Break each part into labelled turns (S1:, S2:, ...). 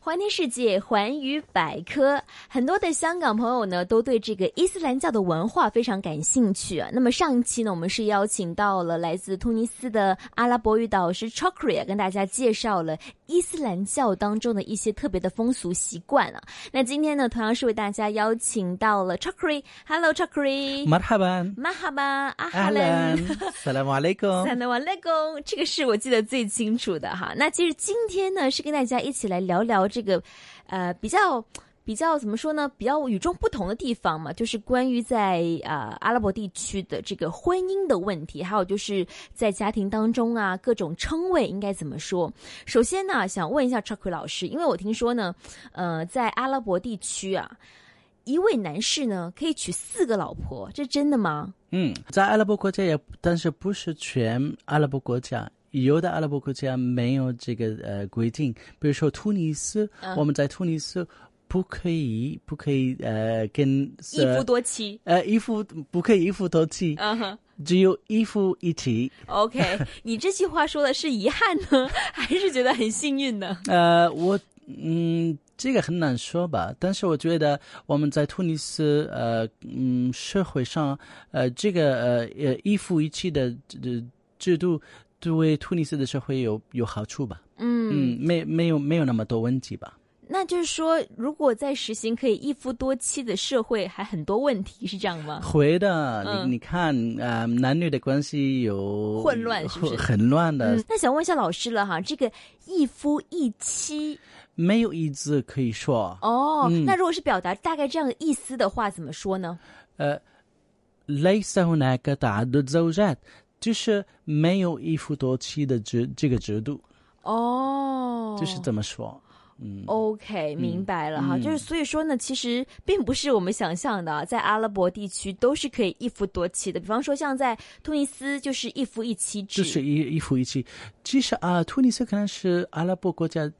S1: 环听世界，环宇百科。很多的香港朋友呢，都对这个伊斯兰教的文化非常感兴趣、啊。那么上一期呢，我们是邀请到了来自突尼斯的阿拉伯语导师 Chokri，、啊、跟大家介绍了伊斯兰教当中的一些特别的风俗习惯啊。那今天呢，同样是为大家邀请到了 Chokri。Hello Chokri，
S2: مرحبا
S1: 马哈巴阿哈兰
S2: اهلا السلام عليكم
S1: 萨德瓦勒贡，这个是我记得最清楚的哈。那其实今天呢，是跟大家一起来聊聊这个，呃，比较比较怎么说呢？比较与众不同的地方嘛，就是关于在呃阿拉伯地区的这个婚姻的问题，还有就是在家庭当中啊，各种称谓应该怎么说。首先呢，想问一下 c h a k r 老师，因为我听说呢，呃，在阿拉伯地区啊，一位男士呢可以娶四个老婆，这真的吗？
S2: 嗯，在阿拉伯国家也，但是不是全阿拉伯国家。有的阿拉伯国家没有这个呃规定，比如说突尼斯，
S1: 嗯
S2: 我们在突尼斯不可以不可以呃跟
S1: 一夫多妻，
S2: 呃一夫不可以一夫多妻，
S1: 嗯哼。
S2: 只有一夫一妻。
S1: OK，你这句话说的是遗憾呢，还是觉得很幸运呢？
S2: 呃，我嗯，这个很难说吧，但是我觉得我们在突尼斯呃嗯社会上呃这个呃呃一夫一妻的制制度对突尼斯的社会有有好处吧？
S1: 嗯，
S2: 嗯，没没有没有那么多问题吧？
S1: 那就是说，如果在实行可以一夫多妻的社会，还很多问题，是这样吗？
S2: 回的，你、
S1: 嗯
S2: 你看啊、呃男女的关系有
S1: 混乱是不是
S2: 很乱的，
S1: 嗯，那想问一下老师了哈，这个一夫一妻
S2: 没有一字可以说。
S1: 哦，
S2: 嗯
S1: 那如果是表达大概这样的意思的话，怎么说呢？
S2: ليس هناك تعدد زوجات，就是没有一夫多妻的制这个制度。
S1: 哦，
S2: 就是怎么嗯说？
S1: OK，明白了哈，就是所以说呢，其实并不是我们想象的啊，在阿拉伯地区都是可以一夫多妻的。比方说，像在突尼斯就是一夫一妻制，
S2: 就是一一夫一妻。其实啊，突尼斯可能是阿拉伯国家，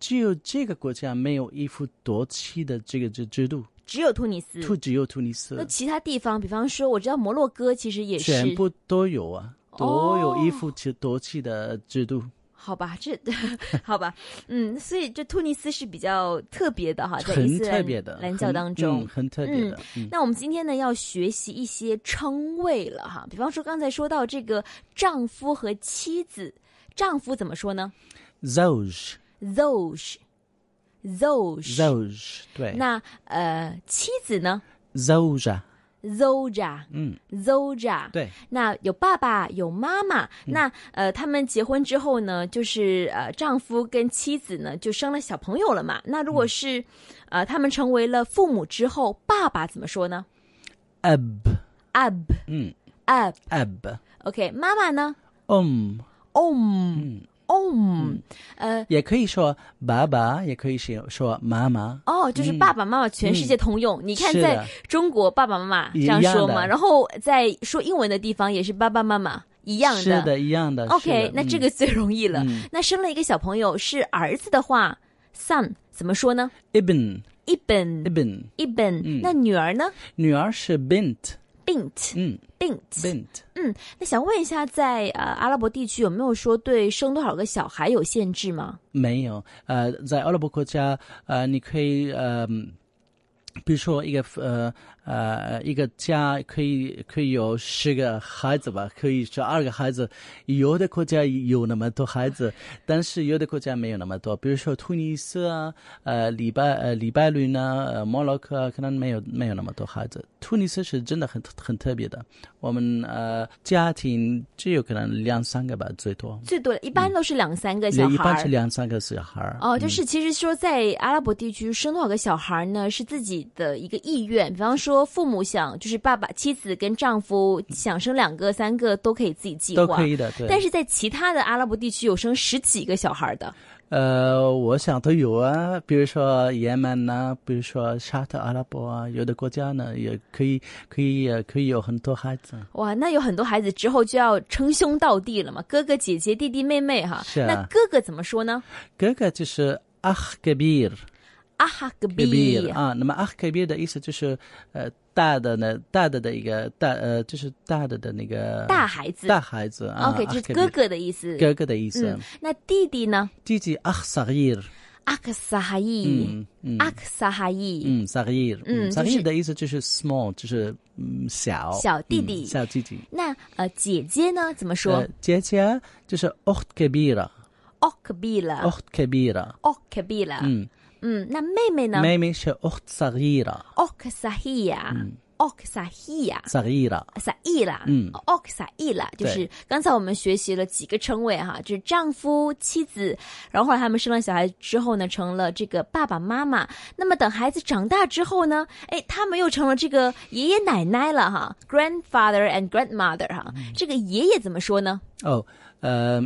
S2: 只有这个国家没有一夫多妻的这个制制度，
S1: 只有突尼斯。
S2: 突只有突尼
S1: 嗯那
S2: 斯，
S1: 其他地方，比方说，我知道摩洛哥其实也是哦
S2: 全，部都有啊，都有一夫多妻的制度。
S1: 好吧，这 好吧，嗯，所以这突尼斯是比较特别的啊哈，在伊
S2: 很
S1: 斯
S2: 特
S1: 兰
S2: 别的，
S1: 兰教
S2: 很
S1: 当中
S2: 嗯、。很特别的。嗯
S1: 那我们今天呢要学习一些称谓了哈，比方说刚才说到这个丈夫和妻子，丈夫怎么说呢？
S2: ，zoj
S1: those those。
S2: zoj 对，
S1: 那呃，妻子呢
S2: zoja
S1: ？zoja
S2: 嗯
S1: zoja。
S2: 对，
S1: 那有爸爸有妈妈，
S2: 嗯
S1: 那呃，他们结婚之后呢，就是呃，丈夫跟妻子呢就生了小朋友了嘛。那如果
S2: 嗯
S1: 是、呃，他们成为了父母之后，爸爸怎么说呢
S2: ab
S1: ？ab
S2: 嗯
S1: ab。
S2: ab
S1: OK，妈妈呢
S2: um
S1: ？om
S2: 嗯
S1: om。呃，
S2: 也可以说爸爸，也可以说说妈妈。
S1: 哦，就是爸爸妈妈全世界通用。你看，
S2: 嗯是的
S1: 在中国爸爸妈妈这样说
S2: 一样
S1: 嘛，
S2: 的
S1: 然后在说英文的地方也是爸爸妈妈一样的。
S2: 是的，一样的。
S1: OK，
S2: 是的
S1: 那这
S2: 嗯
S1: 个最容易了。
S2: 嗯
S1: 那生了一个小朋友是儿子的话，son 怎么说呢
S2: Ibn
S1: ？ibn
S2: Ibn
S1: ibn、
S2: 嗯
S1: 那女儿呢
S2: 女儿是 bint，
S1: ？bint
S2: 嗯
S1: bint。
S2: ，bint
S1: 那想问一下在，呃阿拉伯地区有没有说对生多少个小孩有限制吗？
S2: 没有。呃，在阿拉伯国家，呃，你可以呃，比如说一个呃呃一个家可以可以有十个孩子吧，可以十二个孩子。有的国家有那么多孩子，但是有的国家没有那么多。比如说突尼斯啊，呃，黎巴呃黎巴嫩啊，呃摩洛哥啊，可能没有没有那么多孩子。突尼斯是真的很很特别的，我们呃家庭只有可能两三个吧，最多。
S1: 最多一般都是两三个小
S2: 嗯也一
S1: 孩
S2: 般
S1: 儿。
S2: 是两嗯三个小孩儿
S1: 哦，就是其实说在阿拉伯地区生多少个小孩呢，是自己的一个意愿。比方说，父母想就是爸爸、妻子跟丈夫想生两个、三个都可以自己计划。
S2: 都可以的，对。
S1: 但
S2: 是
S1: 是在其他的阿拉伯地区有生十几个小孩的。
S2: 呃，我想都有啊，比如说也门呐、比如说沙特阿拉伯啊，有的国家呢也可以可以呃可以有很多孩子。
S1: 哇，那有很多孩子之后就要称兄道弟了嘛，哥哥姐姐、弟弟妹妹哈。
S2: 是啊
S1: 那哥哥怎么说呢？
S2: 哥哥就是 akh kabir
S1: 啊哈格比
S2: kabir 啊，那么 akh kabir 的意思就是呃大的呢大的的一个大呃就是大的的那个呃
S1: 大孩子。
S2: 大孩子啊
S1: OK，
S2: akh
S1: 就是
S2: kabir
S1: 哥哥的意思。
S2: 哥哥的意思
S1: 嗯嗯。那弟弟呢？
S2: 弟弟 akh sagir
S1: 阿克萨哈伊，
S2: 嗯嗯
S1: 阿克萨哈伊，
S2: 嗯 s a g i r
S1: 嗯
S2: s a
S1: 就
S2: g i
S1: 是
S2: r 的意思就是 small，就是嗯小
S1: 小弟弟
S2: 嗯小弟弟。
S1: 那呃姐姐呢怎么说
S2: 呃？姐姐就是 ocht kebira，ocht
S1: 奥克比了，
S2: kebira，
S1: 奥克比了，
S2: 哦嗯，
S1: 嗯，那妹妹呢？
S2: 妹妹是 ocht sagira，sagira，
S1: 奥克萨希呀，奥克萨希呀。撒意啦，
S2: 嗯
S1: ，ok 撒意啦，就是刚才我们学习了几个称谓哈，就是丈夫、妻子，然后后来他们生了小孩之后呢，成了这个爸爸妈妈。那么等孩子长大之后呢，哎，他们又成了这个爷爷奶奶了哈，grandfather and grandmother 哈。这个爷爷怎么说呢
S2: 哦，呃，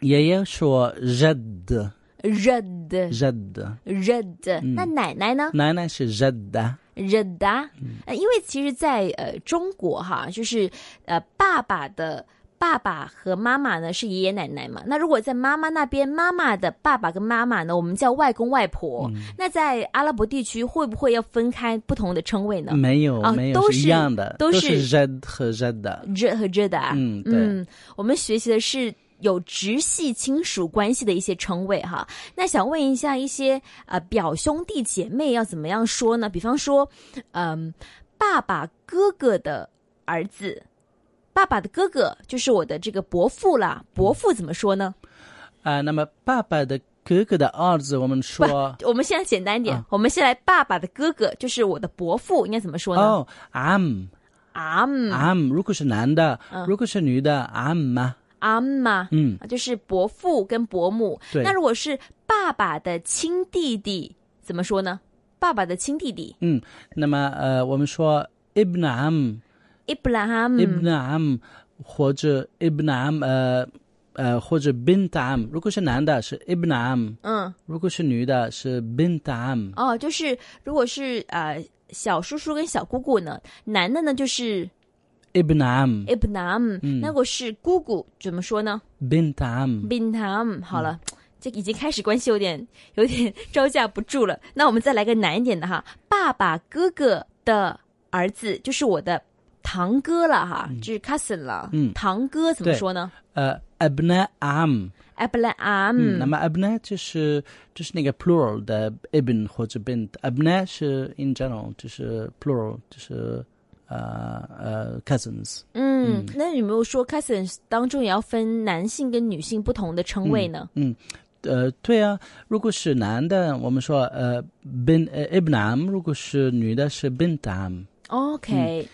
S2: 爷爷说 jed
S1: ？red
S2: jed，
S1: red，、那奶奶呢
S2: 奶奶是 jed，
S1: ？red 啊、呃因为其实在，呃中国哈，就是呃爸爸的爸爸和妈妈呢是爷爷奶奶嘛。那如果在妈妈那边，妈妈的爸爸跟妈妈呢，我们叫外公外婆。那在阿拉伯地区会不会要分开不同的称谓呢？
S2: 没有
S1: 啊
S2: 没
S1: 都
S2: 有
S1: 是
S2: 一样的，
S1: 都
S2: 都
S1: 是
S2: jed 和 jed，
S1: 这和这的啊，
S2: 嗯对
S1: 嗯，我们学习的是有直系亲属关系的一些称谓哈。那想问一下，一些呃表兄弟姐妹要怎么样说呢？比方说，嗯、爸爸哥哥的儿子，爸爸的哥哥就是我的这个伯父啦。伯父怎么说呢？
S2: 啊，那么爸爸的哥哥的儿子，我们说
S1: 我们现在简单一点，
S2: 啊
S1: 我们现在爸爸的哥哥就是我的伯父，应该怎么说呢？
S2: 哦，am
S1: 阿姆
S2: am，如果是男的，如果是女的，am
S1: 阿妈，
S2: 嗯，
S1: 啊，就是伯父跟伯母。
S2: 对
S1: 那如果是爸爸的亲弟弟，怎么说呢？爸爸的亲弟弟
S2: 嗯，那么呃，我们说 ibn am
S1: Ibrahim
S2: ibn am 或者 ibn am 呃呃或者 bint am，如果是男的是 ibn am，
S1: 嗯，
S2: 如果是女的是 bint am，
S1: 哦，就是如果是呃小叔叔跟小姑姑呢，男的呢就是
S2: ibn am
S1: Ibrahim，、那如果是姑姑怎么说呢
S2: bint am。
S1: ？Bintam。好了。
S2: 嗯
S1: 这已经开始关系有点有点招架不住了。那我们再来个难一点的哈，爸爸哥哥的儿子就是我的堂哥了哈，就是 cousin 了。
S2: 嗯
S1: 堂哥怎么
S2: 对
S1: 说呢？
S2: 呃，abna am，
S1: a b l a a
S2: 嗯，
S1: m
S2: 那么 abna 就是就是那个 plural 的 ibn 或者 bint，abna 是 in general 就是 plural 就是呃呃 cousins，
S1: 嗯，那有没有说 cousins 当中也要分男性跟女性不同的称谓呢？
S2: 呃，对啊，如果是男的，我们说呃 bin 呃 ibn am，如果是女的是 bint am
S1: OK，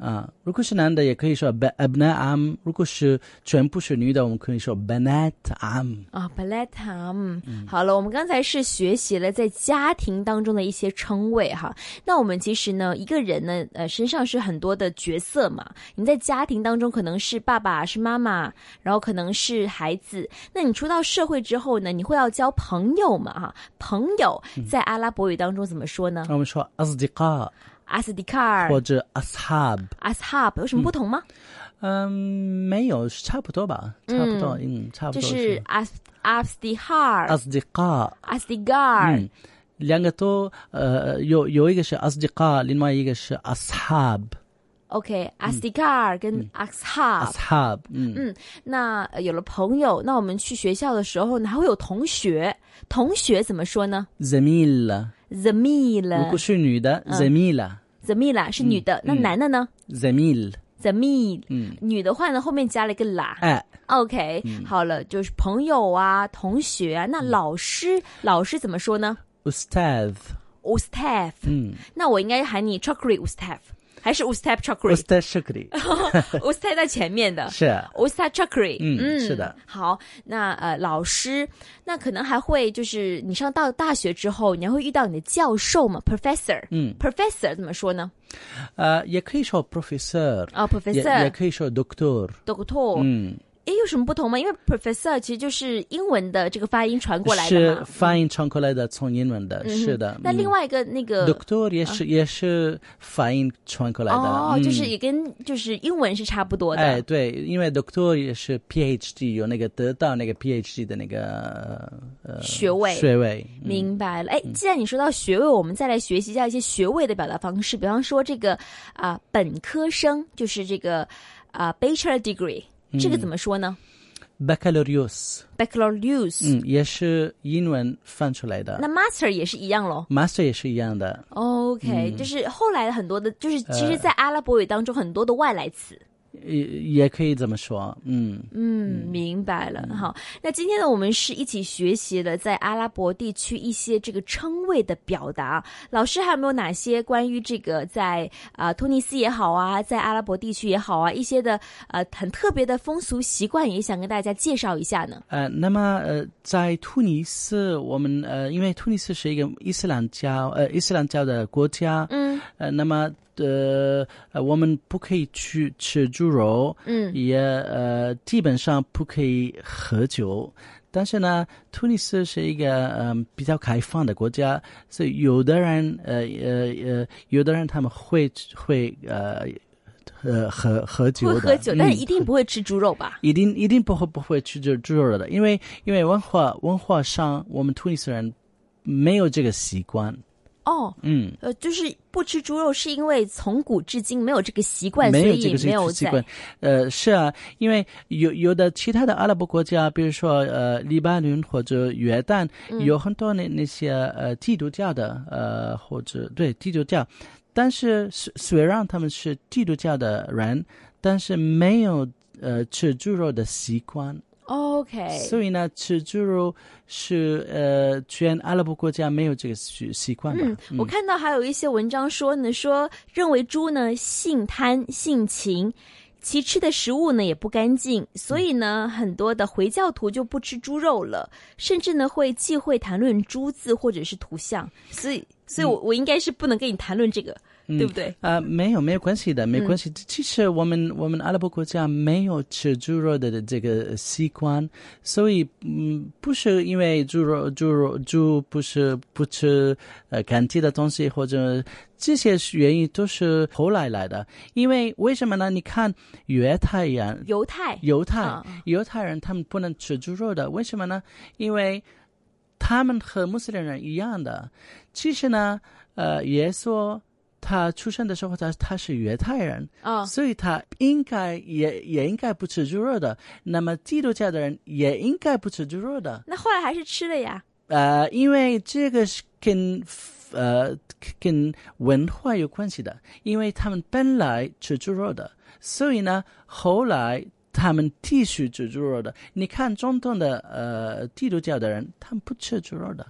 S2: 啊，如果是男的也可以说 b- abna am，如果是全部是女的，我们可以说 banat am。
S1: 啊 b l a t a m
S2: 嗯
S1: 好了，我们刚才是学习了在家庭当中的一些称谓哈。那我们其实呢，一个人呢，呃，身上是很多的角色嘛。你在家庭当中可能是爸爸，是妈妈，然后可能是孩子。那你出到社会之后呢，你会要交朋友嘛哈？朋友
S2: 嗯
S1: 在阿拉伯语当中怎么说呢？
S2: 那我们说 asdiqa
S1: 阿斯迪卡尔
S2: 或者 ashab，
S1: 阿斯哈 b 有什么不同吗？
S2: 嗯，没有，差不多吧，差不多，嗯，差不
S1: 就
S2: 多
S1: 是 as as the heart
S2: asdiqa。
S1: as the guard
S2: 嗯，两个都呃有有一个是 asdiqa，另外一个是 ashab，ashab，
S1: OK as the guard 跟 as hub。
S2: 嗯
S1: 嗯，那呃有了朋友，那我们去学校的时候呢，还会有同学。同学怎么说呢
S2: ，zamil。如果
S1: ？Zamila，Zamila
S2: 是女的，zamila，zamil，
S1: 啊是女的，那男的呢？Zamil，
S2: 嗯，
S1: 女的话呢，后面加了一个啦。
S2: 哎，
S1: OK，好了，就是朋友啊，同学啊。
S2: 嗯
S1: 那老师，老师怎么说呢
S2: ustad，
S1: ？Ustaf。
S2: 嗯
S1: 那我应该喊你 Chokri Ustaf，还是 Ustaf Chokri？
S2: ，ustad shukri，
S1: 我是在在前面的。
S2: 是啊，
S1: 我是他 Chakri，
S2: 嗯是的。
S1: 好，那呃，老师，那可能还会就是你上到大学之后，你还会遇到你的教授嘛，Professor，
S2: 嗯
S1: ，Professor 怎么说呢？
S2: 呃，也可以说 professor，
S1: 啊
S2: 也也
S1: ，Professor。
S2: 可以说 doctor，
S1: Doctor，
S2: 嗯，
S1: 诶，有什么不同吗？因为 professor 其实就是英文的这个发音传过来的
S2: 是
S1: 嘛。嗯
S2: 翻译传过来的，从英文的，是的。
S1: 那另外一个那个
S2: doctor 也是也是翻译传过来的，
S1: 哦，
S2: 嗯
S1: 就是也跟就是英文是差不多的。
S2: 哎，对，因为 doctor 也是 PhD，有那个得到那个 PhD 的那个呃
S1: 学位
S2: 学位，嗯
S1: 明白了，哎，既然你说到学位，我们再来学习一下一些学位的表达方式，比方说这个啊、本科生就是这个啊、bachelor degree，这个怎么说呢？
S2: Baccalaureus，
S1: Baccalaureus，、
S2: 嗯，也是英文翻出来的
S1: 那 Master 也是一样喽。
S2: ，master 也是一样的。
S1: OK，、就是后来很多的，就是其
S2: 呃
S1: 实，在阿拉伯语当中很多的外来词。
S2: 也也可以这么说，嗯，
S1: 嗯，明白了。好，那今天呢，我们是一起学习了在阿拉伯地区一些这个称谓的表达。老师还有没有哪些关于这个在啊、呃突尼斯也好啊，在阿拉伯地区也好啊，一些的呃很特别的风俗习惯，也想跟大家介绍一下 呢？
S2: 呃，那么呃，在突尼斯，我们呃，因为突尼斯是一个伊斯兰教呃伊斯兰教的国家，
S1: 嗯
S2: 呃，那么呃呃，我们不可以去吃猪肉，
S1: 嗯
S2: 也呃基本上不可以喝酒。但是呢，突尼斯是一个嗯、呃比较开放的国家，所以有的人呃呃呃，有的人他们会会呃呃喝喝酒
S1: 会
S2: 的，
S1: 喝酒，但是
S2: 嗯
S1: 一定不会吃猪肉吧？
S2: 一定一定不会不会去这猪肉的，因为因为文化文化上我们突尼斯人没有这个习惯，
S1: 哦，
S2: 嗯，
S1: 呃，就是不吃猪肉是因为从古至今没有这个习惯，
S2: 没
S1: 所
S2: 有
S1: 以
S2: 这个
S1: 没
S2: 习
S1: 有
S2: 习
S1: 在
S2: 惯，呃，是啊，因为有有的其他的阿拉伯国家，比如说呃黎巴嫩或者约旦，
S1: 嗯
S2: 有很多那那些呃基督教的呃或者对基督教，但是虽虽然他们是基督教的人，但是没有呃吃猪肉的习惯。
S1: OK，
S2: 所以呢，吃猪肉是呃，全阿拉伯国家没有这个习习惯吧？
S1: 嗯，我看到还有一些文章说呢，说认为猪呢性贪性情，其吃的食物呢也不干净，所以呢很多的回教徒就不吃猪肉了，甚至呢会忌讳谈论猪字或者是图像，所以，所以我、我应该是不能跟你谈论这个，对嗯不对？
S2: 啊、没有没有关系的，没关系。其实我们我们阿拉伯国家没有吃猪肉的这个习惯，所以嗯，不是因为猪肉猪肉猪不是不吃呃干净的东西，或者这些原因都是后来来的。因为为什么呢？你看犹太人
S1: 犹太，
S2: 犹太、
S1: 啊啊
S2: 犹太人他们不能吃猪肉的，为什么呢？因为他们和穆斯林人一样的。其实呢，呃，耶稣他出生的时候，他他是犹太人，
S1: 啊、
S2: 所以他应该也也应该不吃猪肉的。那么基督教的人也应该不吃猪肉的。
S1: 那后来还是吃了呀。
S2: 呃，因为这个是跟呃跟文化有关系的，因为他们本来吃猪肉的，所以呢，后来他们继续吃猪肉的。你看中东的呃基督教的人，他们不吃猪肉的，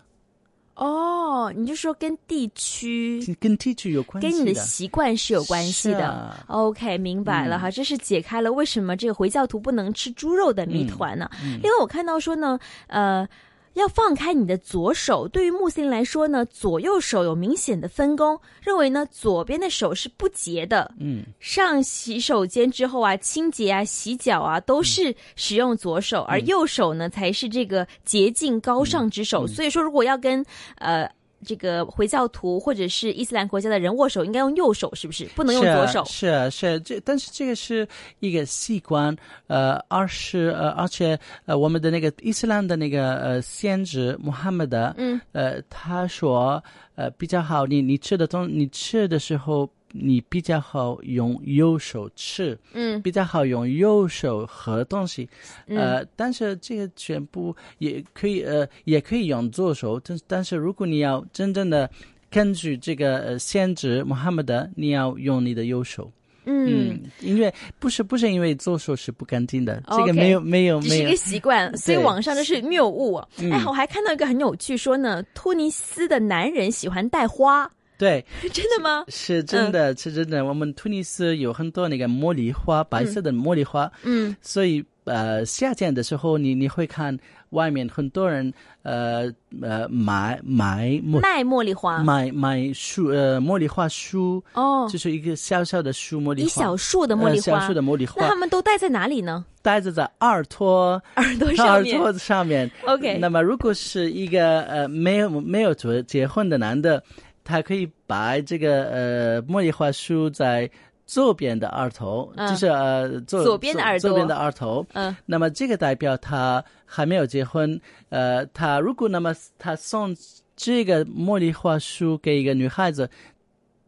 S1: 哦，你就说跟地区
S2: 跟跟地区有关系
S1: 跟你的习惯是有关系
S2: 是
S1: 的。
S2: 啊
S1: OK，明白了
S2: 嗯
S1: 哈，这是解开了为什么这个回教徒不能吃猪肉的谜
S2: 嗯
S1: 团呢、另外，我看到说呢，呃。要放开你的左手，对于穆斯林来说呢，左右手有明显的分工，认为呢左边的手是不洁的，
S2: 嗯，
S1: 上洗手间之后啊，清洁啊、洗脚啊，
S2: 嗯
S1: 都是使用左手，而右手呢才是这个洁净
S2: 嗯
S1: 高尚之手。所以说，如果要跟呃这个回教徒或者是伊斯兰国家的人握手，应该用右手，是不是？不能用
S2: 是啊
S1: 左手。
S2: 是啊，是啊这，但是这个是一个习惯，呃，而是呃，而且呃，我们的那个伊斯兰的那个呃先知穆罕默德，
S1: 嗯，
S2: 呃，他说呃比较好，你你吃的东，你吃的时候。你比较好用右手吃，
S1: 嗯
S2: 比较好用右手喝东西，
S1: 嗯
S2: 呃，但是这个全部也可以，呃，也可以用左手，但但是如果你要真正的根据这个呃先知穆罕默德，你要用你的右手，
S1: 嗯，，
S2: 因为不是不是因为左手是不干净的，
S1: 哦 OK
S2: 这个没有没有
S1: 只
S2: 没
S1: 是一个
S2: 有，
S1: 习惯，所以
S2: 对嗯
S1: 网上都是谬误啊。哎，我还看到一个很有趣，说呢，突尼斯的男人喜欢戴花，
S2: 对，
S1: 真的吗？
S2: 是
S1: 嗯
S2: 真的，是真的。我们突尼斯有很多那个茉莉花，白色的茉莉花，
S1: 嗯，
S2: 所以呃，夏天的时候你你会看外面很多人呃呃买买茉
S1: 卖茉莉花
S2: 买买树呃茉莉花书，
S1: 哦，
S2: 就是一个小小的树茉莉
S1: 一
S2: 花，
S1: 小束的茉
S2: 呃
S1: 莉
S2: 小
S1: 花
S2: 树。的茉莉
S1: 那
S2: 花
S1: 他，们都戴在哪里 呢？
S2: 戴着在耳朵
S1: 耳朵上
S2: 耳
S1: 面。
S2: 朵上面。
S1: OK，
S2: 那么如果是一个呃没有没有结结婚的男的，他可以把这个呃茉莉花梳在左边的耳朵，
S1: 嗯
S2: 就是呃左
S1: 左边的耳朵
S2: 左边的耳朵。
S1: 嗯
S2: 那么这个代表他还没有结婚，呃，他如果那么他送这个茉莉花书给一个女孩子，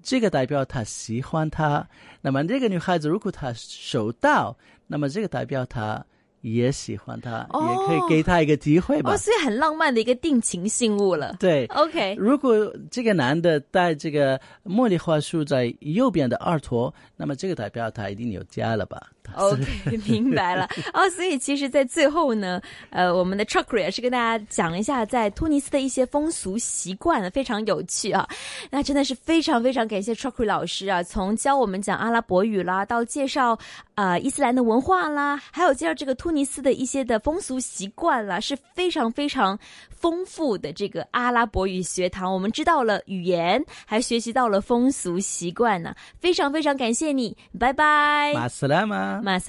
S2: 这个代表他喜欢她。那么这个女孩子如果她收到，那么这个代表她也喜欢他，
S1: 哦
S2: 也可以给他一个机会吧。
S1: 哦，所以很浪漫的一个定情信物了。
S2: 对，
S1: OK，
S2: 如果这个男的带这个茉莉花束在右边的二头，那么这个代表他一定有家了吧？他是
S1: OK，明白了。哦，所以其实，在最后呢，呃，我们的 Chakra 也是跟大家讲一下在突尼斯的一些风俗习惯，非常有趣啊。那真的是非常非常感谢 Chakra 老师啊，从教我们讲阿拉伯语啦，到介绍啊、呃伊斯兰的文化啦，还有介绍这个突尼斯的一些的风俗习惯啦，是非常非常丰富的这个阿拉伯语学堂。我们知道了语言，还学习到了风俗习惯呢、非常非常感谢你，拜拜，
S2: 马斯拉吗？
S1: 马萨